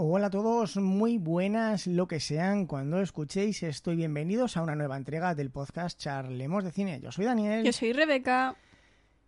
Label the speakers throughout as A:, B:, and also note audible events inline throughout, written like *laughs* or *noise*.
A: Hola a todos, muy buenas lo que sean cuando escuchéis. Estoy bienvenidos a una nueva entrega del podcast Charlemos de Cine. Yo soy Daniel.
B: Yo soy Rebeca.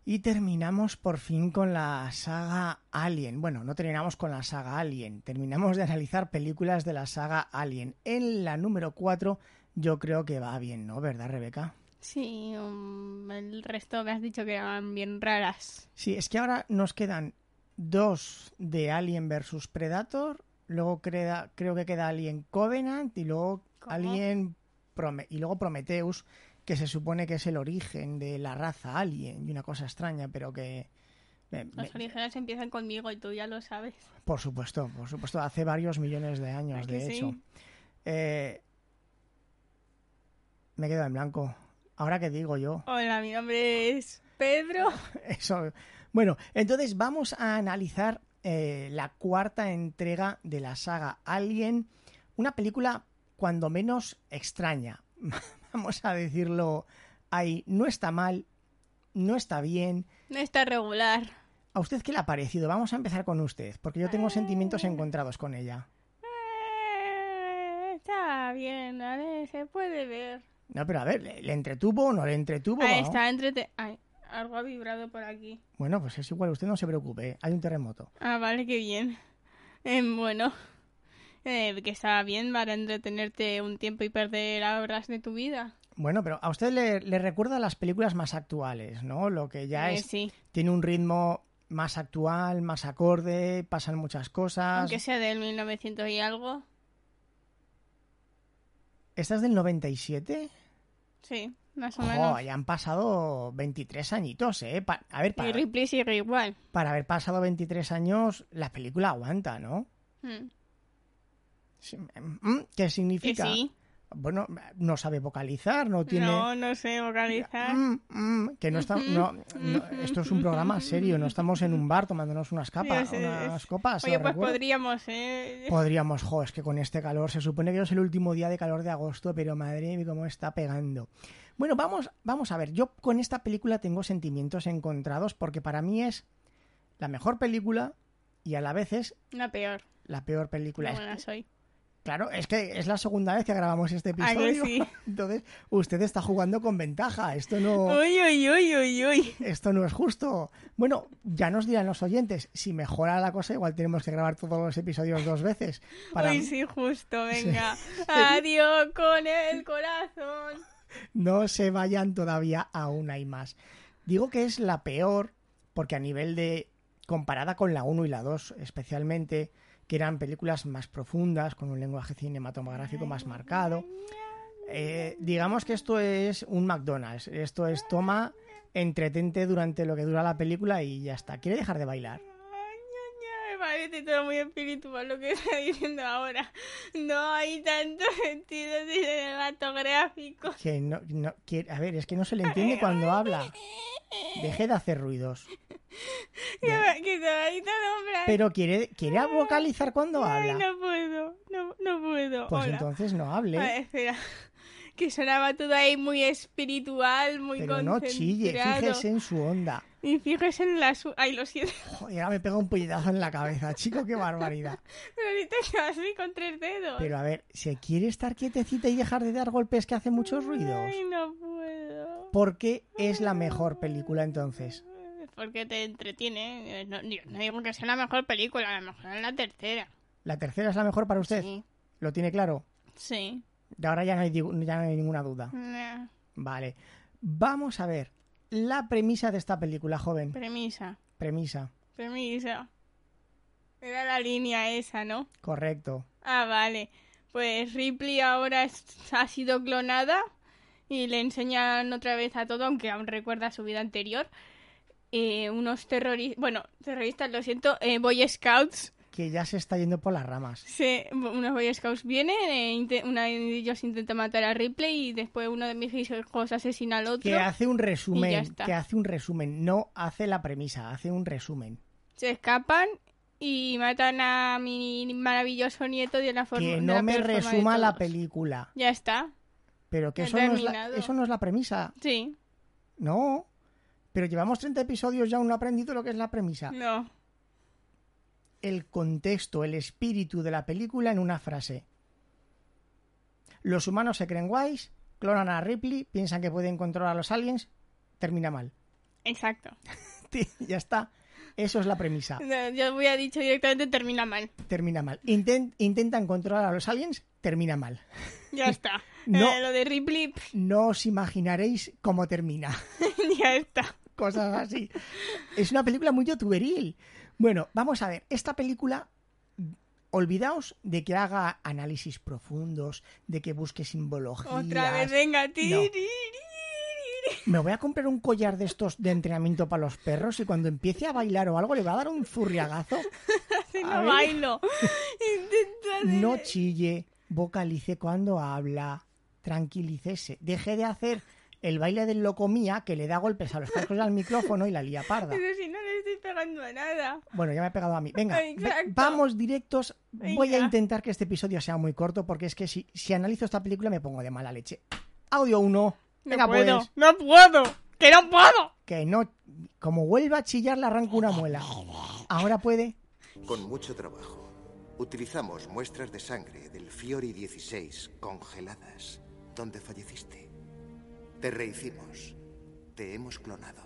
A: Y terminamos por fin con la saga Alien. Bueno, no terminamos con la saga Alien, terminamos de analizar películas de la saga Alien. En la número 4 yo creo que va bien, ¿no? ¿Verdad, Rebeca?
B: Sí, um, el resto que has dicho que eran bien raras.
A: Sí, es que ahora nos quedan dos de Alien vs. Predator, luego creda- creo que queda Alien Covenant y luego
B: ¿Cómo?
A: Alien Prome- y luego Prometheus, que se supone que es el origen de la raza Alien y una cosa extraña, pero que... me- me-
B: Los orígenes empiezan conmigo y tú ya lo sabes.
A: por supuesto, por supuesto, hace varios millones de
B: ¿A
A: años,
B: que
A: de
B: sí?
A: hecho. Eh, me quedo en blanco. Ahora que digo yo.
B: Hola, mi nombre es Pedro.
A: Eso. Bueno, entonces vamos a analizar eh, la cuarta entrega de la saga Alien. Una película cuando menos extraña. *laughs* Vamos a decirlo ahí. No está mal, no está bien.
B: No está regular.
A: ¿A usted qué le ha parecido? Vamos a empezar con usted, porque yo tengo sentimientos encontrados con ella.
B: Eh, Está bien, a ver, se puede ver.
A: No, pero a ver, ¿le, le entretuvo o no le entretuvo?
B: Ahí
A: no?
B: está, entrete... Ay, algo ha vibrado por aquí.
A: Bueno, pues es igual, usted no se preocupe, ¿eh? hay un terremoto.
B: Ah, vale, qué bien. Eh, bueno, eh, que está bien para entretenerte un tiempo y perder horas de tu vida.
A: Bueno, pero a usted le, le recuerda a las películas más actuales, ¿no? Lo que ya
B: Eh,
A: es
B: Sí,
A: tiene un ritmo más actual, más acorde, pasan muchas cosas.
B: aunque sea del 1900 y algo.
A: ¿Esta es del 97?
B: Sí, más o menos.
A: Jo, ya han pasado 23 añitos, ¿eh? Pa- a ver,
B: Y
A: para,
B: Ripley sigue igual.
A: para haber pasado 23 años, la película aguanta, ¿no?
B: Mm.
A: Sí, mm, ¿Qué
B: Que
A: significa?
B: sí.
A: Bueno, no sabe vocalizar, no tiene...
B: No, no sé vocalizar.
A: Mm, mm, que no está, no,
B: *laughs*
A: no, esto es un programa serio, no estamos en un bar tomándonos unas capas,
B: Sí, sí,
A: unas copas.
B: Oye,
A: ¿os
B: pues
A: recuerda?
B: podríamos, ¿eh?
A: Podríamos, jo, es que con este calor se supone que es el último día de calor de agosto, pero madre mía, cómo está pegando. Bueno, vamos, vamos a ver, yo con esta película tengo sentimientos encontrados porque para mí es la mejor película y a la vez es
B: La peor.
A: la peor película.
B: Qué
A: Es-
B: buena soy.
A: claro, es que es la segunda vez que grabamos este
B: ¿A que
A: episodio.
B: sí?
A: *laughs* Entonces, usted está jugando con ventaja. Esto no.
B: Uy, uy, uy, uy, uy.
A: Esto no es justo. Bueno, ya nos dirán los oyentes. Si mejora la cosa, igual tenemos que grabar todos los episodios dos veces. Para...
B: Uy, sí, justo,
A: *laughs*
B: venga. Adiós con el corazón.
A: No se vayan todavía, aún hay más. Digo que es la peor, porque a nivel de. comparada con la 1 y la 2, especialmente, que eran películas más profundas, con un lenguaje cinematográfico más marcado. Eh, digamos que esto es un McDonald's. Esto es toma, entretente durante lo que dura la película y ya está. ¿Quiere dejar de bailar?
B: Me parece todo muy espiritual lo que *laughs* está diciendo ahora. No hay tanto sentido cinematográfico.
A: Que no, no quiere- a ver, es que no se le entiende cuando habla. Deje de hacer ruidos. De-
B: Que, que se va a ir todo en plan,
A: pero quiere, quiere vocalizar cuando
B: Ay,
A: habla.
B: no puedo, no, no puedo.
A: Pues
B: Hola.
A: entonces no
B: A ver,
A: hable.
B: espera. *laughs* Que sonaba todo ahí muy espiritual, muy
A: Pero no chille,
B: concentrado.
A: fíjese en su onda.
B: Y fíjese en la... Su... Ay, lo siento. *laughs*
A: Joder, ahora me pega un puñetazo en la cabeza, *laughs* chico, qué barbaridad.
B: Pero ahorita yo así con tres dedos.
A: Pero a ver, ¿se quiere estar quietecita y dejar de dar golpes que hacen muchos ruidos?
B: Ay, no puedo.
A: ¿Por qué es la mejor película entonces?
B: Porque te entretiene. eh, No, yo no digo que sea la mejor película, a lo mejor es la tercera.
A: ¿La tercera es la mejor para usted?
B: Sí.
A: ¿Lo tiene claro?
B: Sí.
A: De ahora ya no hay, digu- ya no hay ninguna duda.
B: Nah,
A: Vale. Vamos a ver la premisa de esta película, joven.
B: Premisa.
A: Premisa.
B: Premisa. Era la línea esa, ¿no?
A: Correcto.
B: Ah, vale. Pues Ripley ahora es- ha sido clonada y le enseñan otra vez a todo, aunque aún recuerda su vida anterior. Eh, unos terroristas, bueno, terroristas, lo siento, eh, Boy Scouts.
A: Que ya se está yendo por las ramas.
B: Se, unos Boy Scouts vienen, eh, inte- una de ellos intenta matar a Ripley y después uno de mis hijos asesina al otro.
A: Que hace un
B: Y ya
A: resumen.
B: está.
A: Que hace un resumen. No hace la premisa, hace un resumen.
B: Se escapan y matan a mi maravilloso nieto de Pues la forma
A: que
B: de
A: no
B: la
A: me
B: peor forma de
A: resuma la
B: todos.
A: película.
B: Ya está,
A: Pero que
B: He
A: eso no, es la,
B: terminado.
A: eso no es la premisa.
B: sí,
A: No.
B: Mm.
A: Pero llevamos 30 episodios ya aún no he aprendido lo que es la premisa.
B: no.
A: el contexto, el espíritu de la película en una frase. Los humanos se creen guays, clonan a Ripley, piensan que pueden controlar a los aliens, termina mal. *laughs*
B: Exacto.
A: ya está. Eso es la premisa.
B: No, Yo hubiera dicho directamente termina mal.
A: Termina mal. Inten- intentan controlar a los aliens, termina mal. *laughs*
B: Ya está.
A: No.
B: Eh, lo de Ripley, pf,
A: No os imaginaréis cómo termina.
B: *laughs*
A: *laughs*
B: ya está.
A: Cosas así. Es una película muy youtuberil. Bueno, vamos a ver. Esta película, olvidaos de que haga análisis profundos, de que busque simbologías.
B: Otra vez, eh. venga, ti,
A: No.
B: ri, ri, ri.
A: Me voy a comprar un collar de estos de entrenamiento para los perros y cuando empiece a bailar o algo le va a dar un zurriagazo.
B: Así
A: A
B: no
A: ver. *laughs*
B: bailo. Intenta hacer- *laughs*
A: No chille, vocalice cuando habla, tranquilícese, deje de hacer el baile del locomía que le da golpes a los cascos y al micrófono y la lía parda.
B: Pero si no le estoy pegando a nada.
A: Bueno, ya me he pegado a mí. Venga, ve-
B: Exacto.
A: vamos directos. Voy a
B: Venga.
A: intentar que este episodio sea muy corto porque es que si, si analizo esta película me pongo de mala leche. Audio 1.
B: No
A: Venga,
B: puedo.
A: pues.
B: No puedo. Que no puedo.
A: Que no. Como vuelva a chillar, le arranco una muela. Ahora puede.
C: Con mucho trabajo, utilizamos muestras de sangre del Fiori 16 congeladas, donde falleciste. Te rehicimos. Te hemos clonado.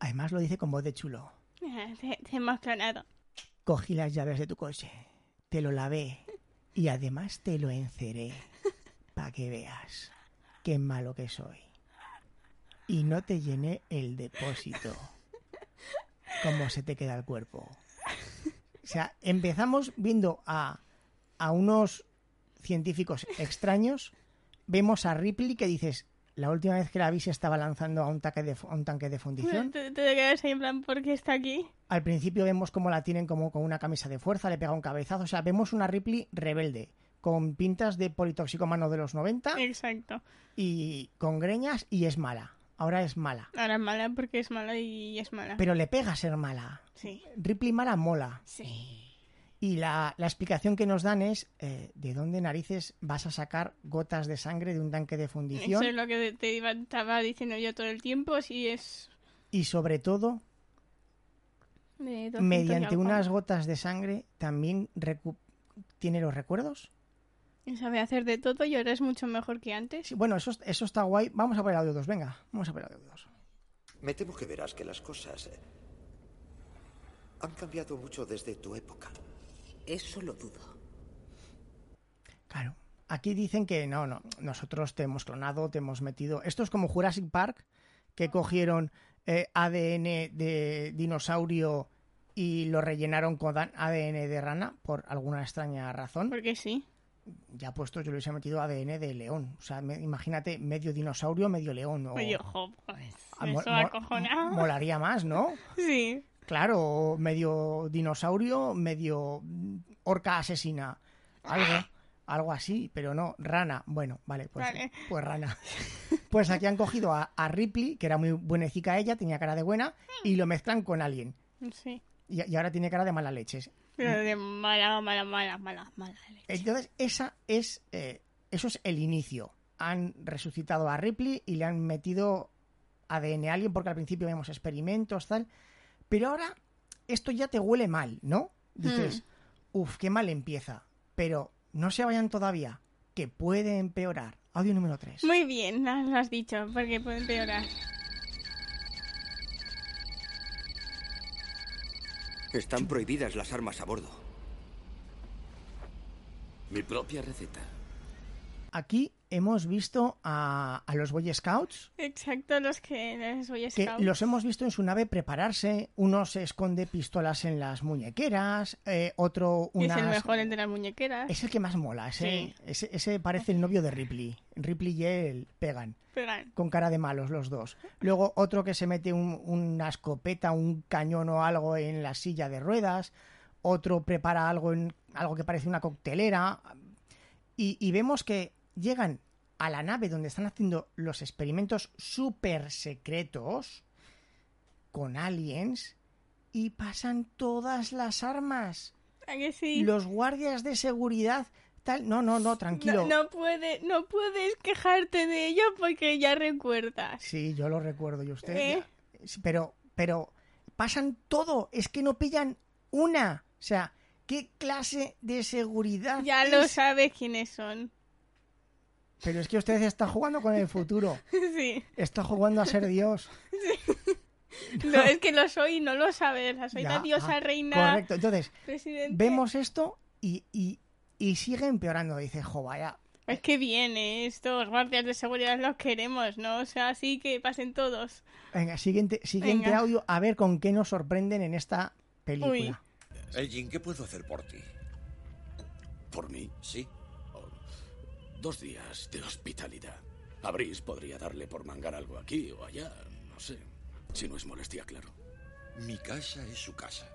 A: Además lo dice con voz de chulo.
B: Ah, Te, te hemos clonado.
A: Cogí las llaves de tu coche, te lo lavé y además te lo enceré para que veas qué malo que soy. Y no te llené el depósito. Cómo se te queda el cuerpo. O sea, empezamos viendo a, a unos científicos extraños. Vemos a Ripley que dices, la última vez que la vi se estaba lanzando a un, taque de, a un tanque de fundición.
B: Te, te quedas ahí en plan, ¿por qué está aquí?
A: Al principio vemos cómo la tienen como con una camisa de fuerza, le pega un cabezazo. O sea, vemos una Ripley rebelde, con pintas de politoxicomano de los 90
B: Exacto.
A: y con greñas y es mala. Ahora es mala.
B: Ahora es mala porque es mala y es mala.
A: Pero le pega ser mala.
B: Sí.
A: Ripley mala mola.
B: Sí.
A: Y la, la explicación que nos dan es eh, de dónde narices vas a sacar gotas de sangre de un tanque de
B: Eso
A: fundición
B: es lo que te iba- estaba diciendo yo todo el tiempo. Si es.
A: y sobre todo
B: de 200 y
A: mediante
B: algo.
A: unas gotas de sangre también recu- tiene los recuerdos.
B: Sabe hacer de todo y ahora es mucho mejor que antes.
A: Sí, bueno, eso, eso está guay. Vamos a ver el audio 2, venga, vamos a ver el audio 2.
C: Me temo que verás que las cosas eh, han cambiado mucho desde tu época.
D: Eso lo dudo.
A: Claro. Aquí dicen que no, no, nosotros te hemos clonado, te hemos metido. Esto es como Jurassic Park, que cogieron eh, ADN de dinosaurio y lo rellenaron con dan- ADN de rana por alguna extraña razón.
B: Porque sí.
A: Ya puesto, yo le hubiese metido ADN de león. O sea, me- imagínate, medio dinosaurio, medio león. O,
B: Oye, ojo, pues.
A: Oh. Ah, mo-
B: eso
A: mo-
B: acojona.
A: molaría más, ¿no?
B: *laughs* Sí.
A: Claro, o medio dinosaurio, medio mm, orca asesina. Algo, algo así, pero no, rana. Bueno, vale, pues,
B: Vale.
A: pues rana. *laughs* Pues aquí han cogido a, a Ripley, que era muy buenecica ella, tenía cara de buena, y lo mezclan con alguien.
B: Sí.
A: Y, y ahora tiene cara de mala leches.
B: Pero de mala, mala, mala, mala, mala. leche.
A: Entonces, esa es, eh, eso es el inicio. Han resucitado a Ripley y le han metido ADN a alguien, porque al principio vemos experimentos, tal. Pero ahora, esto ya te huele mal, ¿no? Dices,
B: Hmm.
A: uff, qué mal empieza. Pero no se vayan todavía, que puede empeorar. Audio número 3.
B: Muy bien, lo lo has dicho, porque pues, puede empeorar.
E: Están prohibidas las armas a bordo. Mi propia receta.
A: Aquí hemos visto a, a los Boy Scouts,
B: Exacto, los que les voy a
A: que los hemos visto en su nave prepararse. Uno se esconde pistolas en las muñequeras, eh, otro unas...
B: Es el mejor, el de las muñequeras.
A: Es el que más mola, ese,
B: Sí.
A: ese, ese parece el novio de Ripley. Ripley y él pegan,
B: Pegan.
A: con cara de malos los dos. Luego otro que se mete un- una escopeta, un cañón o algo en la silla de ruedas. Otro prepara algo, en, algo que parece una coctelera. Y, y vemos que llegan a la nave donde están haciendo los experimentos súper secretos con aliens y pasan todas las armas
B: ¿A que sí?
A: los guardias de seguridad tal no no no tranquilo
B: No, no puede, no puedes quejarte de ello porque ya recuerdas.
A: sí yo lo recuerdo y usted
B: ¿Eh?
A: ya- sí, pero pero pasan todo es que no pillan una O sea, ¿qué clase de seguridad
B: Ya
A: es?
B: lo sabes quiénes son. *laughs*
A: Pero es que ustedes están jugando con el futuro.
B: Sí.
A: Está jugando a ser
B: *laughs*
A: Dios.
B: No, es que lo soy y no lo sabes. La soy
A: Ya,
B: la diosa
A: ah,
B: reina
A: Correcto. Entonces,
B: presidente.
A: vemos esto y, y- y sigue empeorando. Dice, jo, vaya.
B: Es que viene estos guardias de seguridad los queremos, ¿no? O sea, así que pasen todos.
A: Venga, siguiente, siguiente
B: Venga.
A: audio. A ver con qué nos sorprenden en esta película.
E: Elgin, ¿qué puedo hacer por ti? ¿Por mí? Sí. dos días de hospitalidad. A Brice podría darle por mangar algo aquí o allá, no sé. Si no es molestia, claro. Mi casa es su casa.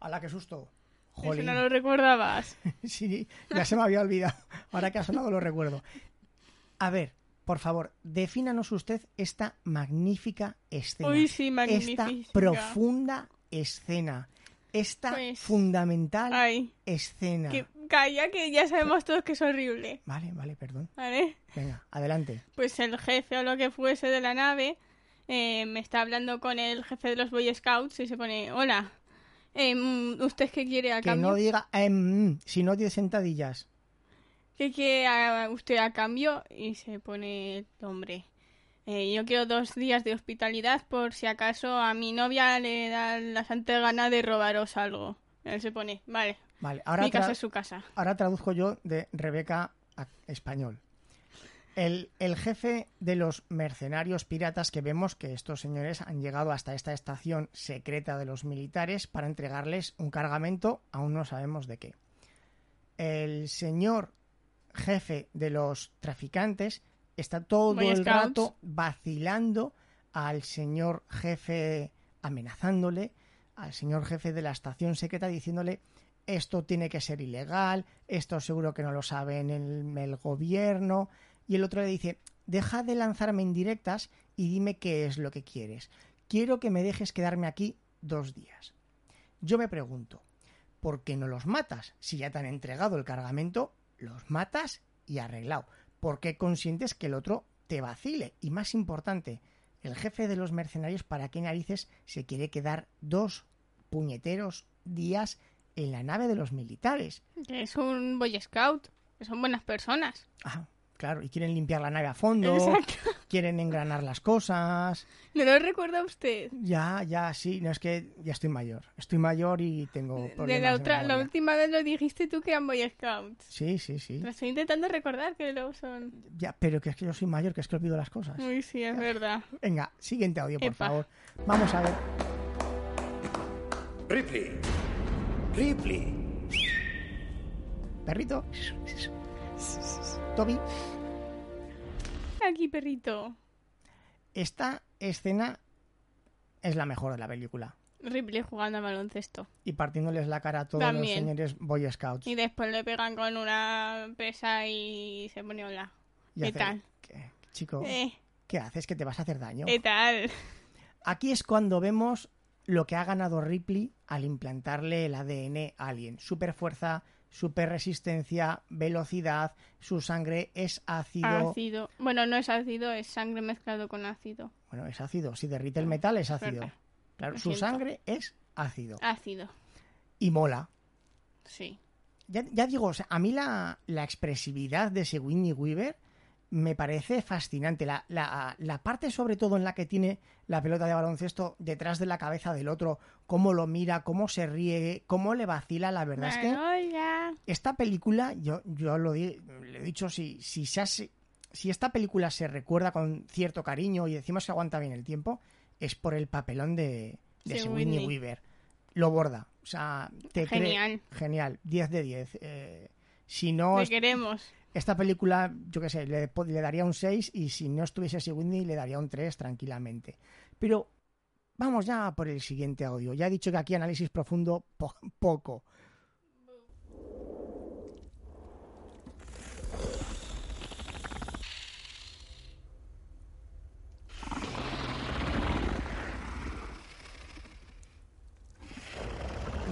A: ¡Hala, qué susto!
B: Eso
A: Jolín.
B: no
A: *laughs*
B: lo recordabas.
A: Sí, ya se me había olvidado. Ahora que ha sonado lo recuerdo. A ver, por favor, defínanos usted esta magnífica escena.
B: Uy, sí,
A: esta
B: magnífica.
A: profunda escena. Esta
B: Pues,
A: fundamental
B: Ay,
A: escena.
B: que calla que ya sabemos todos que es horrible,
A: Vale, vale, perdón.
B: ¿vale?
A: Venga, adelante.
B: Pues el jefe o lo que fuese de la nave eh, me está hablando con el jefe de los Boy Scouts y se pone, hola, eh, mm, ¿usted qué quiere a
A: Que
B: cambio?
A: no diga, em, si no tiene sentadillas.
B: ¿Qué quiere a- usted a cambio? Y se pone el hombre. "Eh, yo quiero dos días de hospitalidad por si acaso a mi novia le dan la santa gana de robaros algo. Él se pone, vale,
A: Vale, ahora,
B: mi casa
A: tra-
B: es su casa.
A: ahora traduzco yo de Rebeca a español. El, el jefe de los mercenarios piratas que vemos que estos señores han llegado hasta esta estación secreta de los militares para entregarles un cargamento, aún no sabemos de qué. El señor jefe de los traficantes está todo
B: Boy
A: el
B: Scouts.
A: rato vacilando al señor jefe, amenazándole, al señor jefe de la estación secreta diciéndole esto tiene que ser ilegal, esto seguro que no lo saben el, el gobierno. Y el otro le dice, deja de lanzarme indirectas y dime qué es lo que quieres. Quiero que me dejes quedarme aquí dos días. Yo me pregunto, ¿por qué no los matas? Si ya te han entregado el cargamento, los matas y arreglado. ¿Por qué consientes que el otro te vacile? Y más importante, el jefe de los mercenarios, ¿para qué narices se quiere quedar dos puñeteros días en la nave de los militares?
B: Que es un Boy Scout, que son buenas personas.
A: Ah, claro, y quieren limpiar la nave a fondo,
B: Exacto.
A: quieren engranar las cosas.
B: ¿No lo recuerda usted?
A: Ya, ya, sí, no es que ya estoy mayor. Estoy mayor y tengo problemas.
B: De la,
A: de
B: otra, la
A: memoria.
B: última vez lo dijiste tú que eran Boy Scouts.
A: Sí, sí, sí.
B: Lo estoy intentando recordar que lo son.
A: Ya, pero que es que yo soy mayor, que es que olvido las cosas.
B: Uy, sí, es verdad.
A: Venga, siguiente audio, por
B: Epa.
A: favor. Vamos a ver.
C: Ripley. Ripley.
A: Perrito. Toby.
B: Aquí, perrito.
A: Esta escena es la mejor de la película.
B: Ripley jugando al baloncesto.
A: Y partiéndoles la cara a todos los
B: También.
A: señores Boy Scouts.
B: Y después le pegan con una pesa y se pone hola.
A: Y
B: ¿Qué
A: hacer-
B: tal?
A: ¿Qué- chico,
B: Eh,
A: ¿qué haces? Que te vas a hacer daño.
B: ¿Qué tal?
A: Aquí es cuando vemos lo que ha ganado Ripley al implantarle el ADN a alguien. Super fuerza, super resistencia, velocidad, su sangre es ácido.
B: Ácido. Bueno, no es ácido, es sangre mezclado con ácido.
A: Bueno, es ácido. Si derrite el metal es ácido.
B: Verdad.
A: Claro,
B: Lo
A: su
B: siento.
A: sangre es ácido.
B: Ácido,
A: Y mola.
B: sí.
A: Ya, ya digo, o sea, a mí la, la expresividad de ese Whitney Weaver me parece fascinante. La, la- la parte, sobre todo, en la que tiene la pelota de baloncesto detrás de la cabeza del otro, cómo lo mira, cómo se ríe, cómo le vacila, la verdad es que
B: Bueno, hola.
A: esta película, yo, yo lo di- le he dicho, si, si, se hace- si esta película se recuerda con cierto cariño y decimos que aguanta bien el tiempo, es por el papelón de, de
B: Sí,
A: ese Whitney
B: Whitney.
A: Weaver. Lo borda. O sea, te cree-
B: Genial.
A: genial. 10 de 10. Eh, si no,
B: Te queremos.
A: esta película, yo qué sé, le, po- le daría un 6 y si no estuviese ese Whitney le daría un 3 tranquilamente. Pero vamos ya por el siguiente audio. Ya he dicho que aquí análisis profundo po- poco.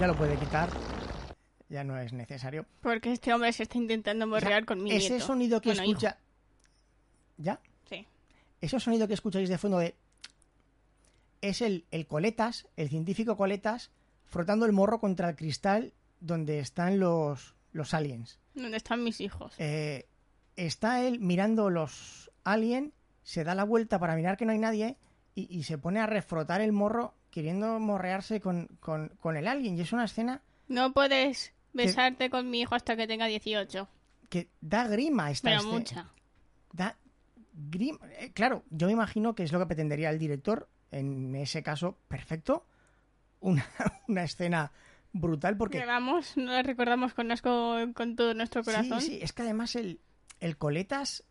A: Ya lo puede quitar. Ya no es necesario.
B: Porque este hombre se está intentando morrear con mi
A: Ese
B: nieto.
A: sonido que
B: Bueno, hijo,
A: escucha. ¿Ya?
B: sí.
A: Ese sonido que escucháis de fondo de. Es el, el Coletas, el científico Coletas, frotando el morro contra el cristal donde están los, los aliens.
B: ¿Dónde están mis hijos?
A: Eh, está él mirando los aliens, se da la vuelta para mirar que no hay nadie y, y se pone a refrotar el morro queriendo morrearse con, con- con el alien. Y es una escena
B: No puedes besarte con mi hijo hasta que tenga 18.
A: que da grima esta
B: Pero
A: escena.
B: mucha.
A: da grima. Eh, claro, yo me imagino que es lo que pretendería el director, en ese caso, perfecto, una, *laughs* una escena brutal porque...
B: Que vamos, no la recordamos con asco con todo nuestro corazón.
A: Sí, sí, es que además el, el Coletas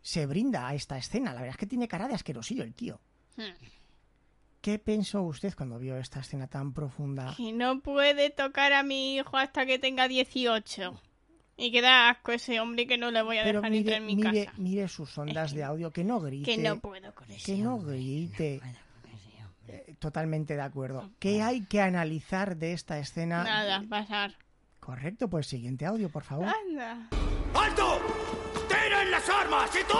A: se brinda a esta escena, la verdad es que tiene cara de asquerosillo el tío.
B: Hmm.
A: ¿Qué pensó usted cuando vio esta escena tan profunda?
B: Que no puede tocar a mi hijo hasta que tenga 18. Y que da asco ese hombre que no le voy a
A: Pero
B: dejar
A: mire,
B: entrar en mi
A: mire,
B: casa.
A: mire sus ondas de audio, que no grite.
B: Que no puedo con eso.
A: Que no grite. Eh, Totalmente de acuerdo. ¿Qué hay que analizar de esta escena?
B: Nada, pasar.
A: Correcto, pues siguiente audio, por favor.
B: Anda.
F: ¡Alto! ¡Tiren las armas! ¡Y tú!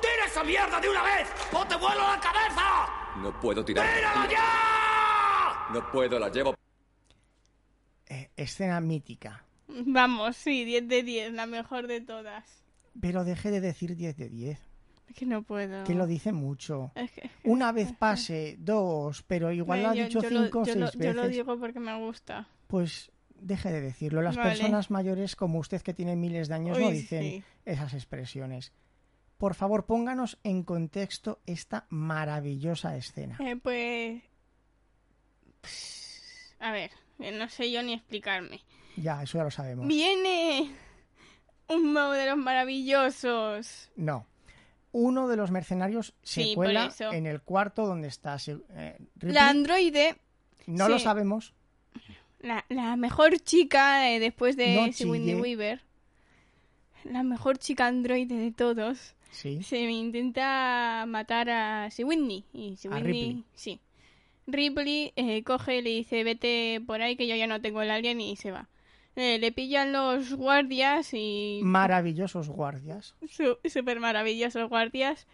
F: ¡Tira esa mierda de una vez! ¡O te vuelo la cabeza!
G: No puedo
F: ¡Tírala
G: tirar.
F: ya!
G: No puedo, la llevo.
A: Eh, escena mítica.
B: Vamos, sí, 10 de 10, la mejor de todas.
A: Pero deje de decir 10 de 10,
B: Es que no puedo.
A: que lo dice mucho.
B: Es que... eh,
A: Una vez pase, dos, pero igual lo ha
B: Yo-
A: dicho
B: yo lo-
A: cinco o
B: yo
A: seis
B: lo-
A: veces.
B: Yo lo digo porque me gusta.
A: Pues deje de decirlo. Las
B: Vale.
A: personas mayores como usted que tiene miles de años no
B: Uy,
A: dicen
B: sí.
A: esas expresiones. Por favor, pónganos en contexto esta maravillosa escena.
B: Eh, pues... Pss, A ver, eh, no sé yo ni explicarme.
A: Ya, eso ya lo sabemos.
B: Viene un mago de los maravillosos.
A: No. Uno de los mercenarios se
B: Sí, por
A: cuela
B: eso.
A: en el cuarto donde está se- eh, Ripley.
B: La androide,
A: No
B: sí.
A: lo sabemos.
B: la, la mejor chica eh, después de
A: No
B: Sigourney
A: chille.
B: Weaver. La mejor chica androide de todos.
A: Sí.
B: Se me intenta matar a Siwindy. Y Sigourney-
A: Ripley.
B: Sí. Ripley eh, coge y le dice, vete por ahí que yo ya no tengo el alien y se va. Eh, le pillan los guardias y...
A: Maravillosos guardias.
B: su- Súper maravillosos guardias.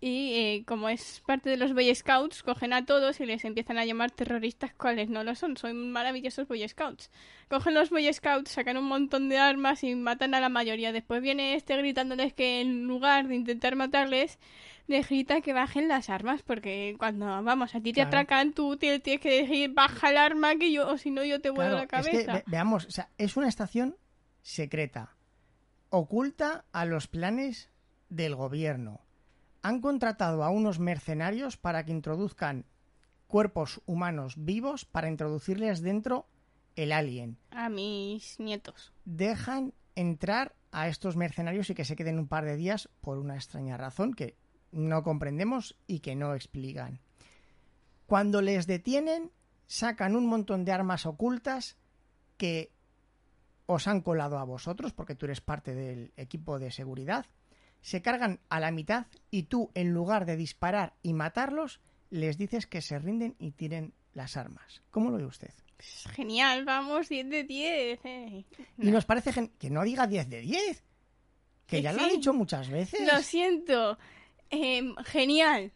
B: Y eh, como es parte de los Boy Scouts, cogen a todos y les empiezan a llamar terroristas cuales no lo son. Son maravillosos Boy Scouts. Cogen los Boy Scouts, sacan un montón de armas y matan a la mayoría. Después viene este gritándoles que en lugar de intentar matarles, les grita que bajen las armas. Porque cuando, vamos, a ti te
A: Claro.
B: atracan, tú te- tienes que decir, baja el arma que yo, o si no, yo te vuelo
A: Claro,
B: la
A: es
B: cabeza.
A: que ve- veamos, o sea, es una estación secreta, oculta a los planes del gobierno. Han contratado a unos mercenarios para que introduzcan cuerpos humanos vivos para introducirles dentro el alien.
B: A mis nietos.
A: Dejan entrar a estos mercenarios y que se queden un par de días por una extraña razón que no comprendemos y que no explican. Cuando les detienen, sacan un montón de armas ocultas que os han colado a vosotros, porque tú eres parte del equipo de seguridad. Se cargan a la mitad y tú, en lugar de disparar y matarlos, les dices que se rinden y tiren las armas. ¿Cómo lo ve usted?
B: Genial, vamos, 10 de 10. eh.
A: Y nos parece gen- que no diga 10 de 10. Que
B: Que
A: ya lo ha
B: sí.
A: dicho muchas veces.
B: Lo siento. Em, genial.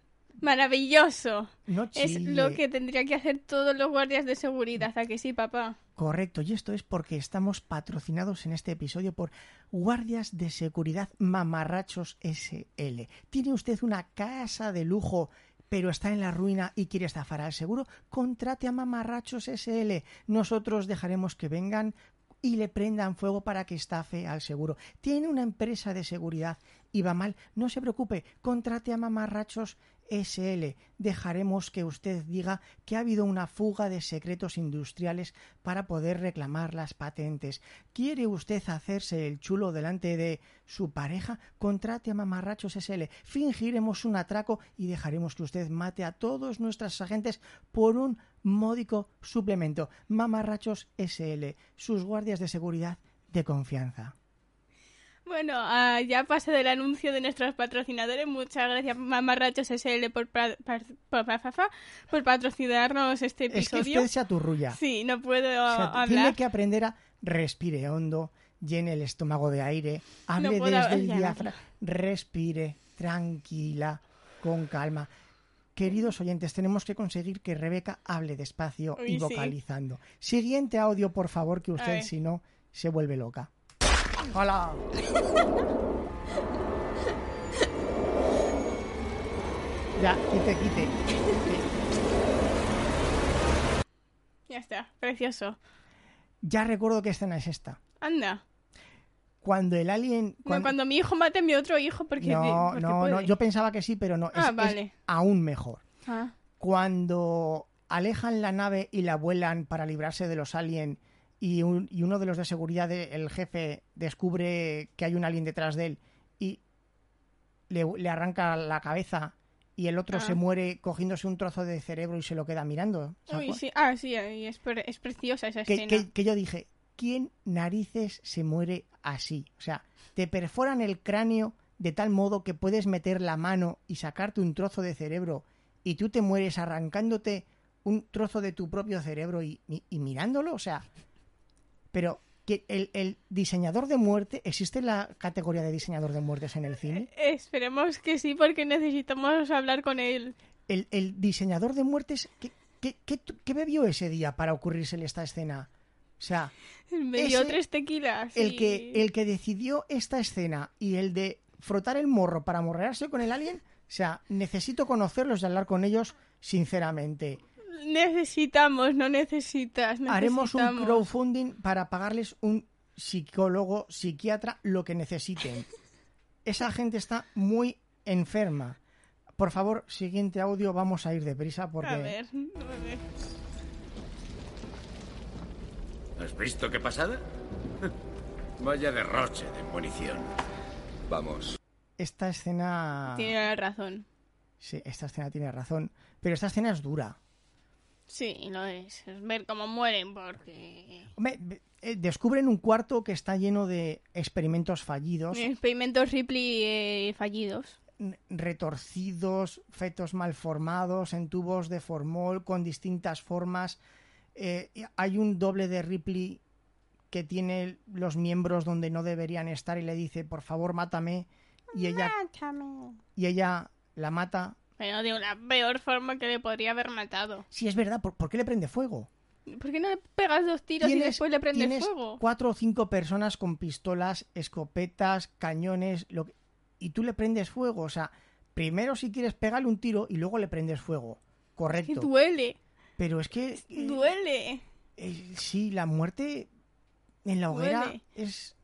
B: Maravilloso.
A: No
B: Es lo
A: chille.
B: que tendría que hacer todos los guardias de seguridad. ¿A que sí, papá?
A: Correcto, y esto es porque estamos patrocinados en este episodio por Guardias de Seguridad Mamarrachos SL. ¿Tiene usted una casa de lujo, pero está en la ruina y quiere estafar al seguro? Contrate a Mamarrachos SL. Nosotros dejaremos que vengan y le prendan fuego para que estafe al seguro. Tiene una empresa de seguridad y va mal, no se preocupe, contrate a Mamarrachos SL. Dejaremos que usted diga que ha habido una fuga de secretos industriales para poder reclamar las patentes. ¿Quiere usted hacerse el chulo delante de su pareja? Contrate a Mamarrachos SL. Fingiremos un atraco y dejaremos que usted mate a todos nuestros agentes por un módico suplemento. Mamarrachos SL, sus guardias de seguridad de confianza.
B: Bueno, ah, ya pasa del anuncio de nuestros patrocinadores. Muchas gracias, Mamarrachos SL, por, pa- par- por, pa- fa- fa- por patrocinarnos este
A: Es que
B: episodio.
A: usted se aturrulla.
B: Sí, no puedo
A: O sea,
B: hablar.
A: tiene que aprender a respire hondo, llene el estómago de aire, hable
B: No puedo
A: desde el
B: hablar.
A: diafragma, respire tranquila, con calma. Queridos oyentes, tenemos que conseguir que Rebeca hable despacio
B: Uy,
A: y
B: sí.
A: vocalizando. Siguiente audio, por favor, que usted,
B: ver.
A: si no, se vuelve loca. ¡Hola! Ya, quite, quite.
B: Ya está, precioso.
A: Ya recuerdo qué escena es esta.
B: Anda.
A: Cuando el alien...
B: No, Cuando, mi hijo mate a mi otro hijo, porque.
A: no,
B: porque
A: no, no,
B: puede.
A: yo pensaba que sí, pero no.
B: Ah,
A: es- es
B: vale.
A: aún mejor.
B: Ah,
A: cuando alejan la nave y la vuelan para librarse de los alien y, un- y uno de los de seguridad, de- el jefe, descubre que hay un alien detrás de él y le, le arranca la cabeza y el otro
B: Ah.
A: se muere cogiéndose un trozo de cerebro y se lo queda mirando. ¿Se
B: uy,
A: acuer-
B: sí. ah, sí, ahí es, pre- es preciosa esa
A: que,
B: escena.
A: que- que yo dije, ¿quién narices se muere así? O sea, te perforan el cráneo de tal modo que puedes meter la mano y sacarte un trozo de cerebro y tú te mueres arrancándote un trozo de tu propio cerebro y, y- y mirándolo, o sea, pero que el, el diseñador de muerte, ¿existe la categoría de diseñador de muertes en el
B: Eh,
A: cine?
B: Esperemos que sí, porque necesitamos hablar con él.
A: El, el diseñador de muertes, ¿qué, qué, qué, qué bebió ese día para ocurrírsele esta escena? O sea,
B: Me dio
A: Ese-
B: tres tequilas.
A: el
B: y-
A: que, el que decidió esta escena y el de frotar el morro para morrearse con el alien, o sea, necesito conocerlos y hablar con ellos sinceramente.
B: Necesitamos, no necesitas.
A: Haremos un
B: necesitamos.
A: crowdfunding para pagarles un psicólogo, psiquiatra, lo que
B: *laughs*
A: necesiten. Esa gente está muy enferma. Por favor, siguiente audio, vamos a ir deprisa porque...
B: A ver, a ver.
G: ¿Has visto qué pasada? *laughs* Vaya derroche de munición. Vamos.
A: Esta escena...
B: Tiene razón.
A: Sí, esta escena tiene razón, pero esta escena es dura.
B: Sí, lo es. Es ver cómo mueren, porque.
A: Hombre, ve- eh, descubren un cuarto que está lleno de experimentos fallidos,
B: Experimentos Ripley eh, fallidos.
A: n- retorcidos, fetos malformados, en tubos de formol con distintas formas. Eh, y hay un doble de Ripley que tiene los miembros donde no deberían estar y le dice, por favor, mátame. Y ella, y ella la mata.
B: Pero de una peor forma que le podría haber matado.
A: Si es verdad, ¿por, por qué le prende fuego?
B: ¿Por qué no le pegas dos tiros y después le prendes
A: tienes
B: fuego?
A: cuatro o cinco personas con pistolas, escopetas, cañones, lo que- y tú le prendes fuego. O sea, primero si quieres pegarle un tiro y luego le prendes fuego.
B: Que
A: Correcto.
B: duele,
A: Pero es que... eh,
B: duele.
A: eh, sí, la muerte en la hoguera
B: Duele.
A: es...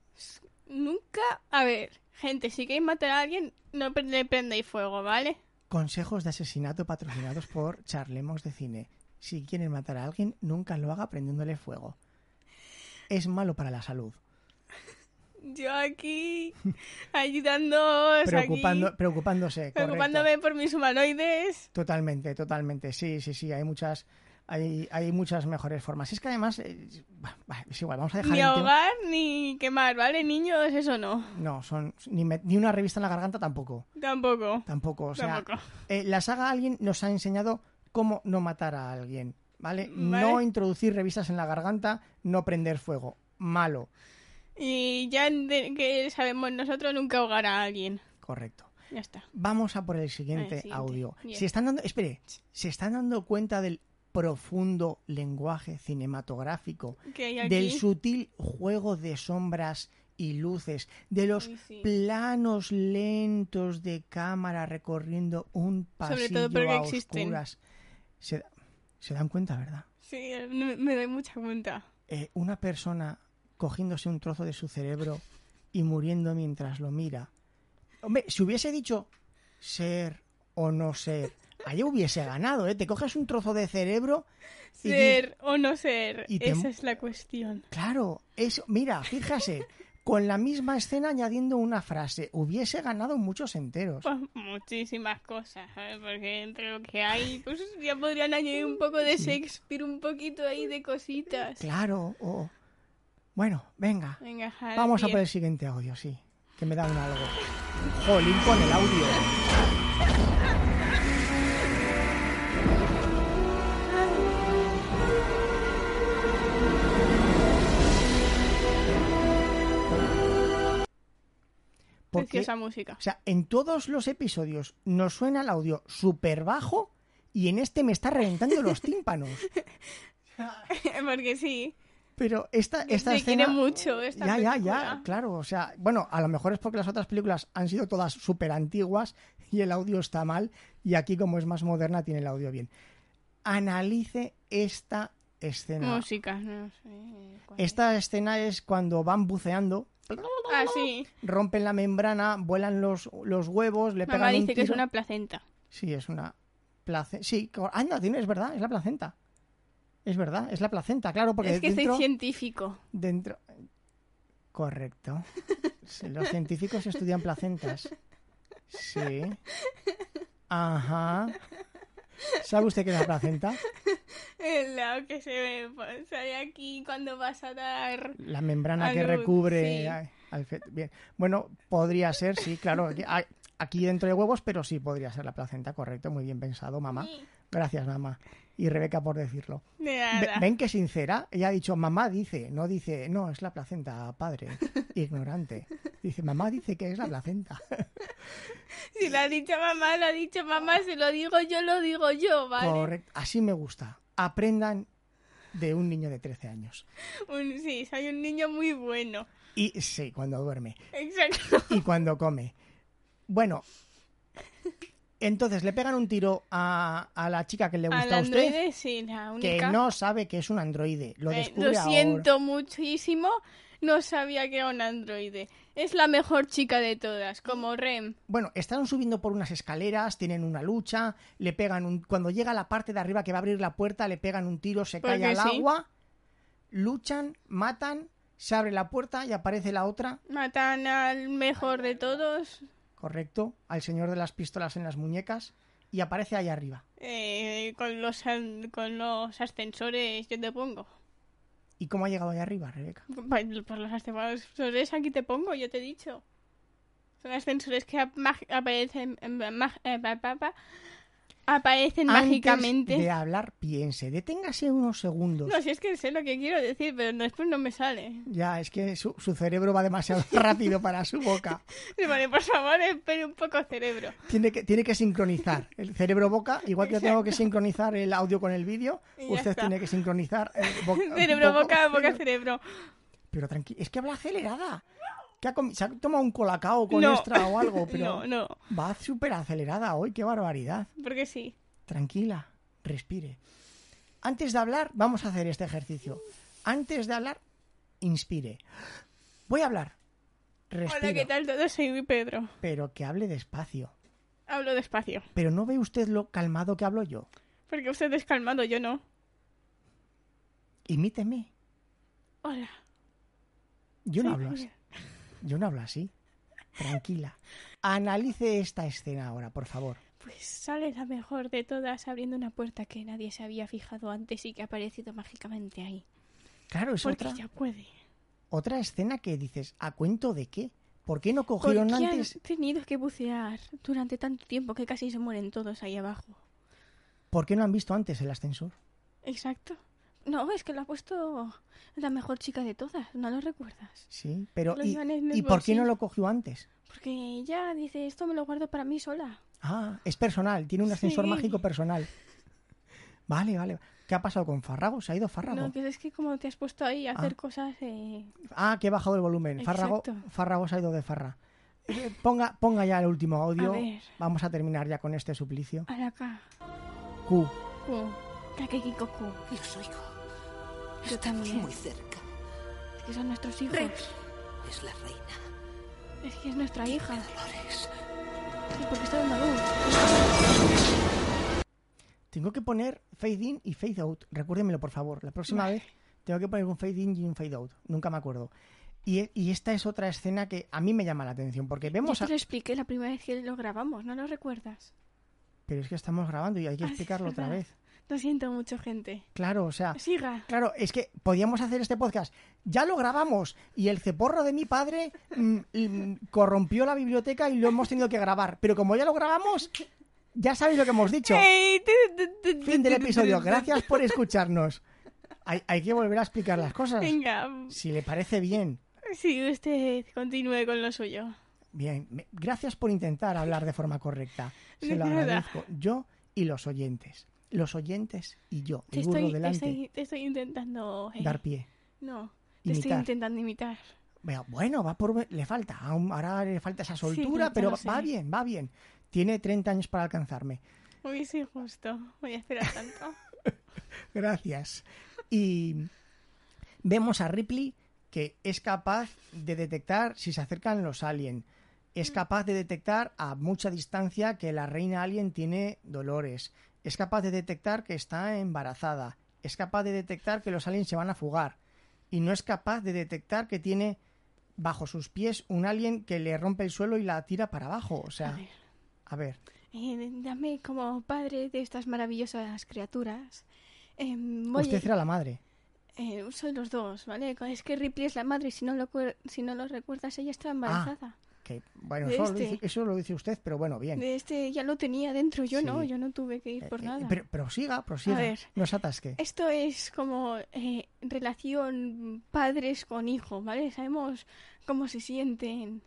B: Nunca. A ver, gente, si queréis matar a alguien, no pre- le prendéis fuego, ¿vale?
A: Consejos de asesinato patrocinados por Charlemos de Cine. Si quieren matar a alguien, nunca lo haga prendiéndole fuego. Es malo para la salud.
B: Yo aquí
A: *laughs*
B: ayudándoos,
A: Preocupando,
B: aquí,
A: preocupándose. correcto.
B: preocupándome por mis humanoides.
A: Totalmente, totalmente. Sí, sí, sí. Hay muchas, hay, hay muchas mejores formas. Es que además, eh, bah, bah, es igual. Vamos a dejar
B: Ni
A: el tema-
B: ahogar ni quemar, ¿vale? Niños, eso no.
A: No, son ni, me- ni una revista en la garganta tampoco.
B: Tampoco.
A: Tampoco. O sea,
B: Tampoco.
A: eh, la saga Alguien nos ha enseñado cómo no matar a alguien, ¿vale?
B: Vale.
A: No introducir revistas en la garganta, no prender fuego. Malo.
B: Y ya de- que sabemos nosotros nunca ahogar a alguien.
A: Correcto.
B: Ya está.
A: Vamos a por el siguiente,
B: Ah, el siguiente.
A: audio.
B: Bien.
A: Se están dando, espere, se están dando cuenta del profundo lenguaje cinematográfico
B: Que hay aquí.
A: del sutil juego de sombras y luces, de los
B: Uy, sí.
A: planos lentos de cámara recorriendo un
B: Sobre
A: pasillo
B: todo porque
A: a
B: existen.
A: oscuras. Se, da- se dan cuenta, ¿verdad?
B: Sí, me me doy mucha cuenta.
A: Eh, una persona cogiéndose un trozo de su cerebro y muriendo mientras lo mira. Hombre, si hubiese dicho ser o no ser, ahí hubiese ganado, ¿eh? Te coges un trozo de cerebro y dices,
B: Ser o no ser,
A: y te-
B: esa es la cuestión.
A: Claro, eso, mira, fíjase, con la misma escena añadiendo una frase, hubiese ganado muchos enteros.
B: Pues muchísimas cosas, ¿sabes? Porque entre lo que hay, pues ya podrían añadir un poco de Shakespeare, un poquito ahí de cositas.
A: Claro, o... Bueno, venga,
B: Venga, Javi.
A: vamos a por el siguiente audio, sí, que me da un algo. Jolín con el audio. Porque
B: Preciosa música.
A: O sea, en todos los episodios nos suena el audio súper bajo y en este me está reventando
B: *laughs*
A: los tímpanos.
B: *laughs* Porque sí.
A: Pero esta, esta
B: me
A: escena...
B: quiere mucho esta
A: ya, ya, ya,
B: película.
A: claro. O sea, bueno, a lo mejor es porque las otras películas han sido todas súper antiguas y el audio está mal. Y aquí, como es más moderna, tiene el audio bien. Analice esta escena.
B: Música, no sé. cuál es.
A: Esta escena es cuando van buceando,
B: Ah, sí.
A: rompen la membrana, vuelan los, los huevos, le
B: Mamá
A: pegan un
B: dice que es
A: tiro.
B: una placenta.
A: Sí, es una placenta. Sí, co- anda, tiene, es verdad, es la placenta. Es verdad, es la placenta, claro, porque
B: es que
A: dentro,
B: soy científico.
A: dentro... Correcto. Sí, Los científicos estudian placentas. Sí. Ajá. ¿Sabe usted qué es la placenta?
B: El lado que se ve pues, sale aquí cuando vas a dar.
A: La membrana que
B: Algo,
A: recubre
B: sí.
A: a- al feto. Bien. Bueno, podría ser, sí, claro. aquí- a- Aquí dentro de huevos, pero sí podría ser la placenta, correcto. Muy bien pensado, mamá. Gracias, mamá. Y Rebeca por decirlo.
B: De
A: Ve-
B: nada.
A: ¿Ven que sincera? Ella ha dicho, mamá dice, no dice, no, es la placenta,
B: *laughs*
A: padre, ignorante. Dice, mamá dice que es la placenta.
B: Si lo ha dicho mamá, lo ha dicho mamá. Si lo digo yo, lo digo yo, *laughs* ¿vale?
A: Correcto. Así me gusta. Aprendan de un niño de 13 años.
B: Un- sí, soy un niño muy bueno.
A: Y sí, cuando duerme.
B: Exacto. *laughs*
A: Y cuando come. Bueno. Entonces le pegan un tiro a, a la chica que le
B: Al
A: gusta a usted,
B: androide, sí, la
A: que
B: única.
A: no sabe que es un androide. Lo
B: Eh,
A: descubre ahora.
B: siento muchísimo. No sabía que era un androide. Es la mejor chica de todas, como Rem.
A: Bueno, están subiendo por unas escaleras, tienen una lucha, le pegan un... Cuando llega a la parte de arriba que va a abrir la puerta, le pegan un tiro, se
B: Porque
A: cae al
B: sí.
A: agua, luchan, matan, se abre la puerta y aparece la otra,
B: Matan al mejor de todos.
A: correcto, al señor de las pistolas en las muñecas, y aparece ahí arriba.
B: eh, con, los, an- con los ascensores, yo te pongo.
A: ¿Y cómo ha llegado ahí arriba, Rebeca?
B: Por por los ascensores aquí te pongo, yo te he dicho. Son ascensores que ap- mag- aparecen, em, mag- eh, pa- pa- pa- aparecen
A: Antes
B: mágicamente.
A: de hablar, piense, deténgase unos segundos.
B: No, si es que sé lo que quiero decir, pero después no me sale. *laughs*
A: Ya, es que su, su cerebro va demasiado *laughs* rápido para su boca.
B: Vale, por favor, espere un poco cerebro.
A: Tiene que, tiene que sincronizar el cerebro-boca, igual que yo tengo que sincronizar el audio con el vídeo,
B: Y ya
A: usted
B: está.
A: tiene que sincronizar
B: *laughs*
A: eh, bo- boca-
B: Cerebro-boca, boca-cerebro.
A: Pero tranquilo, es que habla acelerada. Que ha comi- se ha tomado un colacao con
B: *laughs* No.
A: extra o algo, pero
B: No, no,
A: va súper acelerada hoy, qué barbaridad.
B: porque sí.
A: Tranquila, respire. Antes de hablar, vamos a hacer este ejercicio. Antes de hablar, inspire. Voy a hablar.
B: Hola, ¿qué
A: Respire.
B: tal todos? Soy Pedro.
A: Pero que hable despacio.
B: Hablo despacio.
A: Pero no ve usted lo calmado que hablo yo.
B: Porque usted es calmado, yo no.
A: Imíteme.
B: Hola.
A: Yo no
B: soy
A: hablo así.
B: Julia.
A: Yo no hablo así. Tranquila. Analice esta escena ahora, por favor.
B: Pues sale la mejor de todas abriendo una puerta que nadie se había fijado antes y que ha aparecido mágicamente ahí.
A: Claro, es
B: Porque
A: otra,
B: ya puede.
A: otra escena que dices, ¿a cuento de qué? ¿Por qué no
B: Porque
A: cogieron
B: han
A: antes?
B: tenido que bucear durante tanto tiempo que casi se mueren todos ahí abajo.
A: ¿Por qué no han visto antes el ascensor?
B: Exacto. No, es que lo ha puesto la mejor chica de todas, ¿no lo recuerdas?
A: Sí, pero
B: Lo
A: ¿y,
B: llevan en el
A: y por qué no
B: bolsillo.
A: lo cogió antes?
B: Porque ella dice, esto me lo guardo para mí sola.
A: Ah, es personal, tiene un ascensor
B: Sí.
A: mágico personal. Vale, vale. ¿Qué ha pasado con Farrago? ¿Se ha ido Farrago?
B: No, que es que como te has puesto ahí a hacer cosas... eh,
A: Ah, que he bajado el volumen. Farrago,
B: Exacto.
A: Farrago se ha ido de farra. Eh, Ponga, ponga ya el último audio.
B: ver.
A: Vamos a terminar ya con este suplicio.
B: a la K.
A: Q.
D: Oh.
B: Ku. Kakekikoku.
D: Los oigo.
B: Yo
D: Están
B: también.
D: muy cerca.
B: Es que son nuestros hijos.
D: Es la reina.
B: Es que es nuestra hija.
D: Dolores.
B: Es porque está dando luz.
A: Tengo que poner fade in y fade out. Recuérdemelo, por favor. La próxima
B: Vale.
A: vez tengo que poner un fade in y un fade out. Nunca me acuerdo. Y, y esta es otra escena que a mí me llama la atención porque vemos
B: Yo
A: a...
B: te lo expliqué la primera vez que lo grabamos, ¿no lo recuerdas?
A: Pero es que estamos grabando y hay que
B: Ah, sí, es
A: explicarlo otra
B: verdad.
A: vez.
B: Lo siento mucho, gente.
A: Claro, o sea...
B: Siga.
A: Claro, es que podíamos hacer este podcast. Ya lo grabamos y el ceporro de mi padre mm, mm, corrompió la biblioteca y lo hemos tenido que grabar. Pero como ya lo grabamos, ya sabéis lo que hemos dicho.
B: Ey, tu, tu, tu, tu,
A: Fin del
B: tu, tu,
A: episodio.
B: tu.
A: Gracias por escucharnos. Hay, hay que volver a explicar las cosas.
B: Venga,
A: Si le parece bien.
B: si usted continúe con lo suyo.
A: Bien. Me- Gracias por intentar hablar de forma correcta. Se lo
B: De nada.
A: agradezco. Yo y los oyentes. Los oyentes y yo,
B: Te
A: el burro
B: estoy, te
A: delante,
B: estoy- te estoy intentando. eh,
A: dar pie.
B: No, te estoy
A: imitar.
B: intentando imitar.
A: Vea, Bueno, va por le falta, aún- ahora le falta esa soltura,
B: ya
A: pero
B: lo
A: va
B: sé.
A: bien, va bien. Tiene 30 años para alcanzarme.
B: Uy, sí, justo. Voy a esperar
A: *laughs*
B: tanto.
A: Gracias. Y vemos a Ripley que es capaz de detectar si se acercan los alien. Es
B: Mm.
A: capaz de detectar a mucha distancia que la reina alien tiene dolores. Es capaz de detectar que está embarazada. Es capaz de detectar que los aliens se van a fugar. Y no es capaz de detectar que tiene bajo sus pies un alien que le rompe el suelo y la tira para abajo. O
B: A
A: sea,
B: ver,
A: a ver.
B: eh, dame como padre de estas maravillosas criaturas. Eh, voy a-
A: Usted era la madre.
B: eh, soy los dos, ¿vale? Es que Ripley es la madre y si no lo, cuer- si no lo recuerdas, ella
A: Ah,
B: está embarazada.
A: Que, bueno,
B: De
A: eso, lo
B: este.
A: dice, eso lo dice usted, pero bueno, bien.
B: De este ya lo tenía dentro, yo no,
A: Sí.
B: yo no tuve que ir por
A: Eh, eh,
B: nada.
A: Pero prosiga, prosiga.
B: A ver. Eh.
A: No se atasque.
B: Esto es como eh, relación padres con hijo, ¿vale? Sabemos cómo se sienten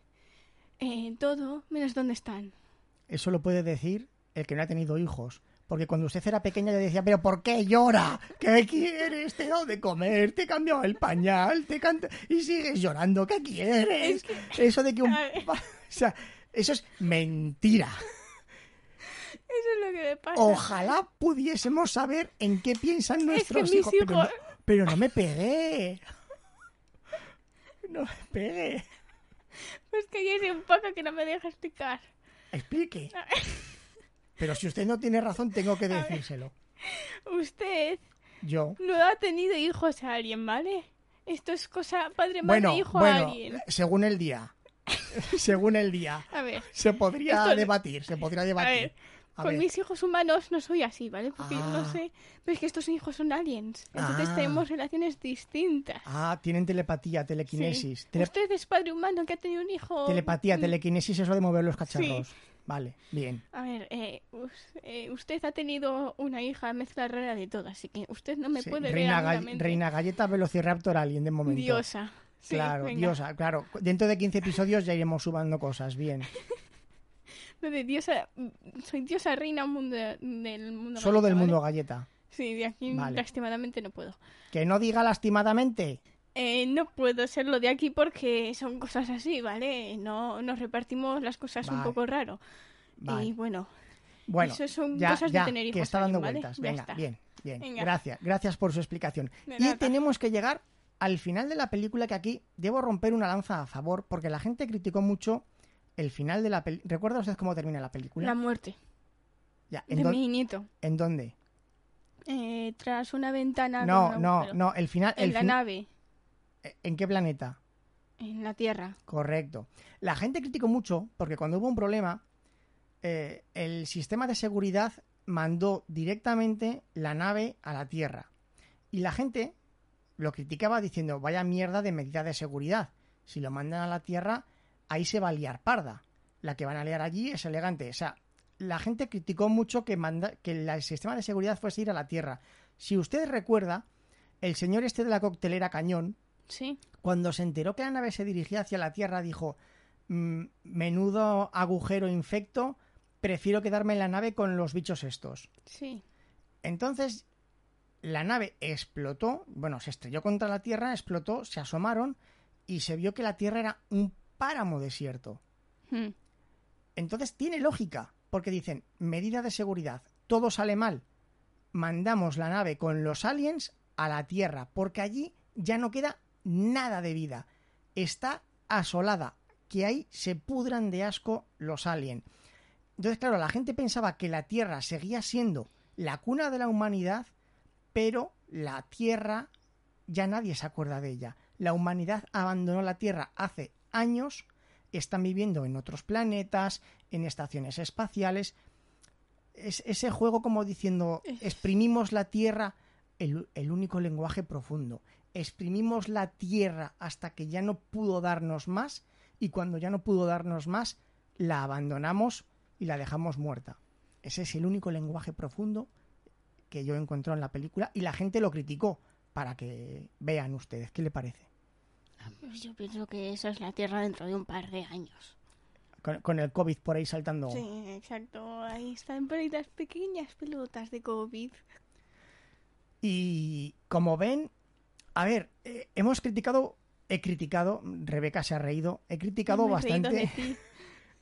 B: eh, todo, menos dónde están.
A: Eso lo puede decir el que no ha tenido hijos. Porque cuando usted era pequeña yo decía, pero ¿por qué llora? ¿Qué quieres? Te he dado de comer, te he cambiado el pañal, te canta y sigues llorando. ¿Qué quieres? Eso de que un...
B: A ver.
A: pa- O sea, eso es mentira.
B: Eso es lo que me pasa.
A: Ojalá pudiésemos saber en qué piensan nuestros
B: mis
A: hijos. Pero, no,
B: hijos-
A: pero no me pegué. No me pegué.
B: Es que ya es un poco que no me deja explicar.
A: Explique. Pero si usted no tiene razón, tengo que decírselo.
B: Usted
A: Yo.
B: no ha tenido hijos a alguien, ¿vale? Esto es cosa padre, madre,
A: Bueno,
B: hijo a
A: bueno,
B: alguien.
A: según el
B: *laughs*
A: día. según el día.
B: A ver,
A: Se podría
B: Esto-
A: debatir, se podría
B: a
A: debatir.
B: ver, con mis hijos humanos no soy así, ¿vale? Porque
A: Ah.
B: no sé, pero es que estos hijos son aliens. Entonces
A: Ah.
B: tenemos relaciones distintas.
A: Ah, tienen telepatía, telequinesis.
B: Sí.
A: Tele-
B: Usted es padre humano que ha tenido un hijo.
A: Telepatía,
B: Mm,
A: telequinesis, eso de mover los cacharros. Vale, bien.
B: A ver, eh, us- eh, usted ha tenido una hija mezcla rara de todo, así que usted no me
A: Sí,
B: puede
A: Reina,
B: ver
A: Gall-
B: agudamente.
A: Reina Galleta, Velociraptor Alien de momento.
B: diosa. Sí,
A: Claro,
B: venga.
A: diosa, claro. Dentro de 15 episodios ya iremos subando cosas, bien.
B: Lo de diosa, soy diosa reina mundo, del mundo.
A: Solo del
B: ¿vale?
A: mundo galleta.
B: Sí, de aquí
A: Vale.
B: lastimadamente no puedo.
A: Que no diga lastimadamente.
B: Eh, no puedo serlo de aquí porque son cosas así, ¿vale? No nos repartimos las cosas un
A: Vale.
B: poco raro.
A: Vale.
B: Y bueno,
A: Bueno,
B: Eso son
A: ya,
B: cosas de
A: ya,
B: tener hijos
A: que está dando
B: también,
A: vueltas.
B: ¿vale? Ya
A: Venga,
B: está.
A: bien, bien.
B: Venga.
A: Gracias, gracias por su explicación.
B: De
A: Y
B: nada.
A: tenemos que llegar al final de la película que aquí debo romper una lanza a favor porque la gente criticó mucho el final de la película. ¿Recuerda usted cómo termina la película?
B: la muerte
A: Ya, ¿en,
B: de
A: dó-
B: mi nieto.
A: en dónde?
B: Eh, tras una ventana. con
A: No,
B: un
A: no,
B: agujero.
A: no, el final
B: En
A: el
B: la
A: fin- eh,
B: nave,
A: ¿En qué planeta?
B: en la tierra.
A: Correcto. La gente criticó mucho porque cuando hubo un problema, eh, el sistema de seguridad mandó directamente la nave a la Tierra. Y la gente lo criticaba diciendo, vaya mierda de medida de seguridad. Si lo mandan a la Tierra, ahí se va a liar parda. La que van a liar allí es elegante. O sea, la gente criticó mucho que, manda- que la- el sistema de seguridad fuese ir a la Tierra. Si usted recuerda, el señor este de la coctelera cañón,
B: Sí.
A: cuando se enteró que la nave se dirigía hacia la Tierra, dijo, "Mm, menudo agujero infecto, prefiero quedarme en la nave con los bichos estos.
B: Sí,
A: Entonces, la nave explotó, bueno, se estrelló contra la Tierra, explotó, se asomaron y se vio que la Tierra era un páramo desierto.
B: Hmm.
A: Entonces tiene lógica, porque dicen, medida de seguridad, todo sale mal, mandamos la nave con los aliens a la Tierra, porque allí ya no queda nada de vida, está asolada, que ahí se pudran de asco los aliens. Entonces, claro, la gente pensaba que la Tierra seguía siendo la cuna de la humanidad, pero la Tierra ya nadie se acuerda de ella. La humanidad abandonó la Tierra hace años, están viviendo en otros planetas, en estaciones espaciales. Es ese juego como diciendo, exprimimos la Tierra, el, el único lenguaje profundo. Exprimimos la Tierra hasta que ya no pudo darnos más y cuando ya no pudo darnos más, la abandonamos y la dejamos muerta. Ese es el único lenguaje profundo que yo encontré en la película y la gente lo criticó para que vean ustedes. ¿Qué le parece?
B: Yo pienso que eso es la tierra dentro de un par de años.
A: Con, con el COVID por ahí saltando.
B: Sí, exacto. Ahí están pelotas, pequeñas pelotas de COVID.
A: Y como ven, a ver, eh, hemos criticado, he criticado, Rebeca se ha reído, he criticado
B: Me he reído
A: bastante.
B: de ti.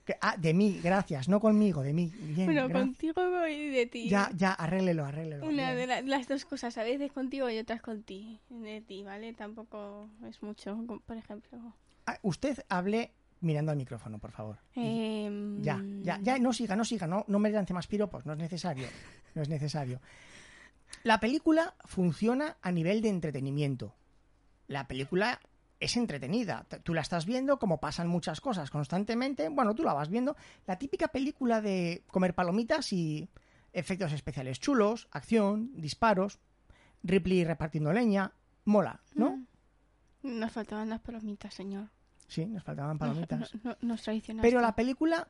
A: que- ah, de mí, gracias, no conmigo, de mí. Bien,
B: *laughs* Bueno,
A: gra-
B: contigo me voy de ti.
A: Ya, ya, arréglelo, arréglelo.
B: Una
A: bien.
B: de la- las dos cosas, a veces contigo y otras con ti, de ti, ¿vale? Tampoco es mucho, como por ejemplo.
A: Ah, Usted hable mirando al micrófono, por favor.
B: Em,
A: Ya, ya, ya, no siga, no siga, no, no me lance más piropos, no es necesario, no es necesario. La película funciona a nivel de entretenimiento. La película es entretenida, t- tú la estás viendo como pasan muchas cosas constantemente, bueno, tú la vas viendo, la típica película de comer palomitas y efectos especiales chulos, acción, disparos, Ripley repartiendo leña, mola, ¿no?
B: Mm. Nos faltaban las palomitas, señor.
A: Sí, nos faltaban
B: Nos- *laughs*
A: palomitas.
B: no- no- nos traicionaste.
A: Pero la película,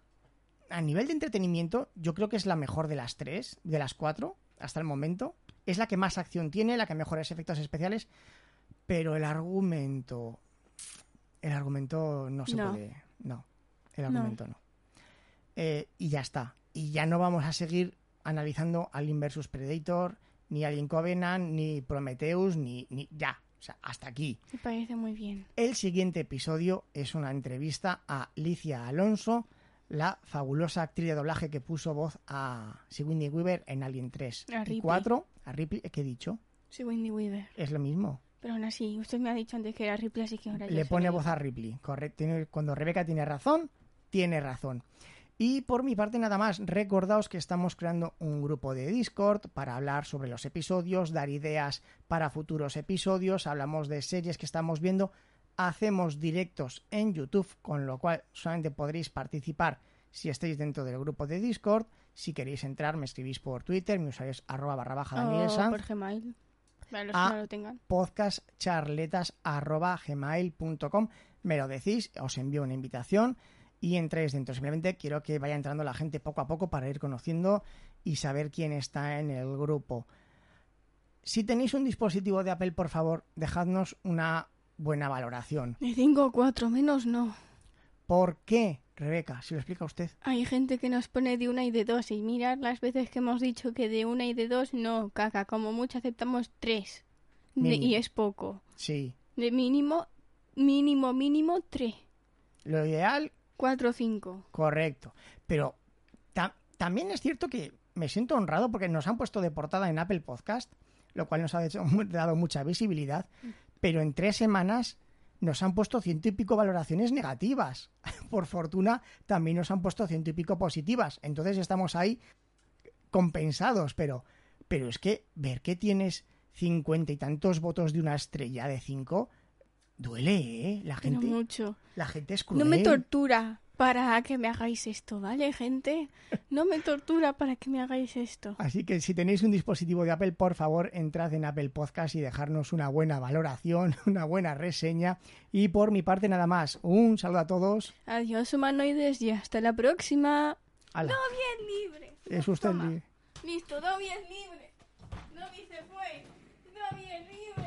A: a nivel de entretenimiento, yo creo que es la mejor de las tres, de las cuatro, hasta el momento. Es la que más acción tiene, la que mejores efectos especiales. Pero el argumento. El argumento no se
B: No.
A: puede. No. El
B: No.
A: argumento no. Eh, y ya está. Y ya no vamos a seguir analizando Alien vs Predator, ni Alien Covenant, ni Prometheus, ni, ni. Ya. O sea, hasta aquí.
B: Me parece muy bien.
A: El siguiente episodio es una entrevista a Licia Alonso, la fabulosa actriz de doblaje que puso voz a Sigourney Weaver en Alien 3 y
B: A Ripley.
A: 4. A Ripley, ¿qué he dicho?
B: Soy Wendy Weaver.
A: Es lo mismo.
B: Pero aún así, usted me ha dicho antes que era Ripley, así que ahora ya
A: Le
B: sé
A: pone
B: que-
A: voz a Ripley. Correcto. Tiene- Cuando Rebeca tiene razón, tiene razón. Y por mi parte nada más, recordaos que estamos creando un grupo de Discord para hablar sobre los episodios, dar ideas para futuros episodios, hablamos de series que estamos viendo, hacemos directos en YouTube, con lo cual solamente podréis participar si estáis dentro del grupo de Discord. Si queréis entrar, me escribís por Twitter, mi usuario es arroba barra baja Daniel
B: O
A: Sanz
B: Oh, por Gmail. Para los
A: Ah.
B: que no lo tengan.
A: podcastcharletas.gmail.com me lo decís, os envío una invitación y entréis dentro. Simplemente quiero que vaya entrando la gente poco a poco para ir conociendo y saber quién está en el grupo. Si tenéis un dispositivo de Apple, por favor, dejadnos una buena valoración.
B: De 5 o 4, menos no.
A: ¿Por qué, Rebeca? Si lo explica usted.
B: Hay gente que nos pone de una y de dos, y mirad las veces que hemos dicho que de una y de dos, no, caca, como mucho aceptamos tres. De- y
A: Mínimo.
B: es poco.
A: Sí.
B: De mínimo, mínimo, mínimo, tres.
A: Lo ideal,
B: Cuatro o cinco.
A: Correcto. Pero ta- también es cierto que me siento honrado porque nos han puesto de portada en Apple Podcast, lo cual nos ha hecho- dado mucha visibilidad, pero en tres semanas nos han puesto ciento y pico valoraciones negativas. *laughs* Por fortuna, también nos han puesto ciento y pico positivas. Entonces estamos ahí compensados, pero, pero es que ver que tienes cincuenta y tantos votos de una estrella de cinco duele, ¿eh? La
B: Pero
A: gente,
B: mucho.
A: la gente es cruel.
B: No me tortura para que me hagáis esto, ¿vale, gente? No me tortura para que me hagáis esto.
A: Así que si tenéis un dispositivo de Apple, por favor, entrad en Apple Podcast y dejarnos una buena valoración, *laughs* una buena reseña. Y por mi parte, nada más. Un saludo a todos.
B: Adiós, humanoides, y hasta la próxima.
A: ¡Hala!
B: Bien libre.
A: es usted.
B: Toma.
A: libre.
B: Listo, Dobby es libre. Dobby se fue. Dobby es libre.